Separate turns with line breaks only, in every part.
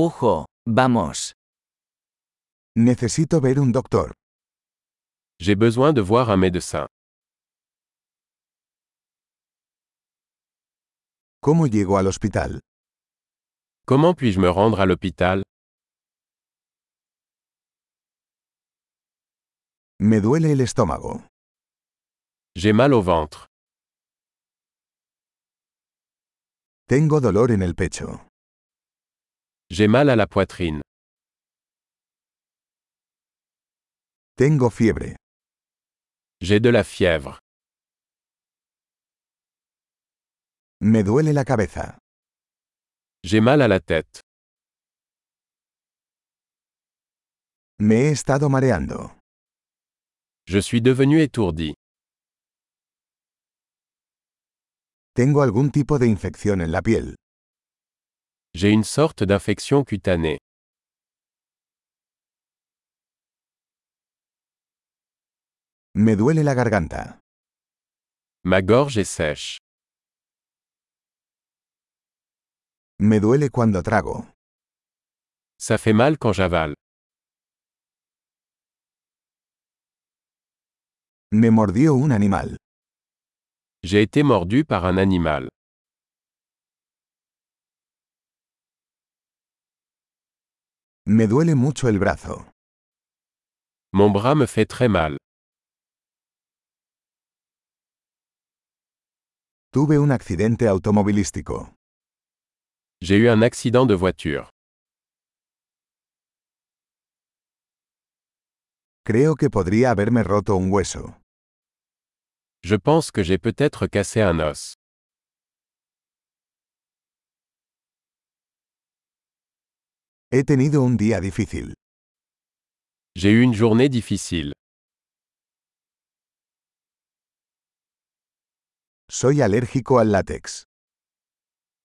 Ojo, vamos.
Necesito ver un doctor.
J'ai besoin de voir un médecin.
¿Cómo llego al hospital?
Comment puis-je me rendre à l'hôpital
Me duele el estómago.
J'ai mal au ventre.
Tengo dolor en el pecho.
J'ai mal à la poitrine.
Tengo fiebre.
J'ai de la fièvre.
Me duele la cabeza.
J'ai mal à la tête.
Me he estado mareando.
Je suis devenu étourdi.
Tengo algún tipo de infección en la piel.
J'ai une sorte d'infection cutanée.
Me duele la garganta.
Ma gorge est sèche.
Me duele cuando trago.
Ça fait mal quand j'avale.
Me mordió un animal.
J'ai été mordu par un animal.
Me duele mucho el brazo.
Mon bras me fait très mal.
Tuve un accidente automovilístico.
J'ai eu un accident de voiture.
Creo que podría haberme roto un hueso.
Je pense que j'ai peut-être cassé un os.
He tenido un día difícil.
J'ai eu une journée difficile.
Soy alérgico al látex.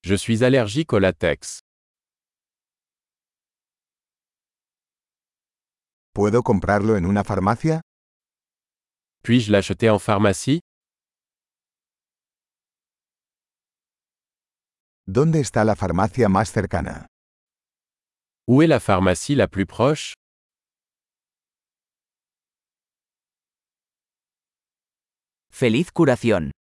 Je suis allergique au latex.
¿Puedo comprarlo en una farmacia?
Puis-je l'acheter en pharmacie
¿Dónde está la farmacia más cercana?
Où est la pharmacie la plus proche
Feliz curación.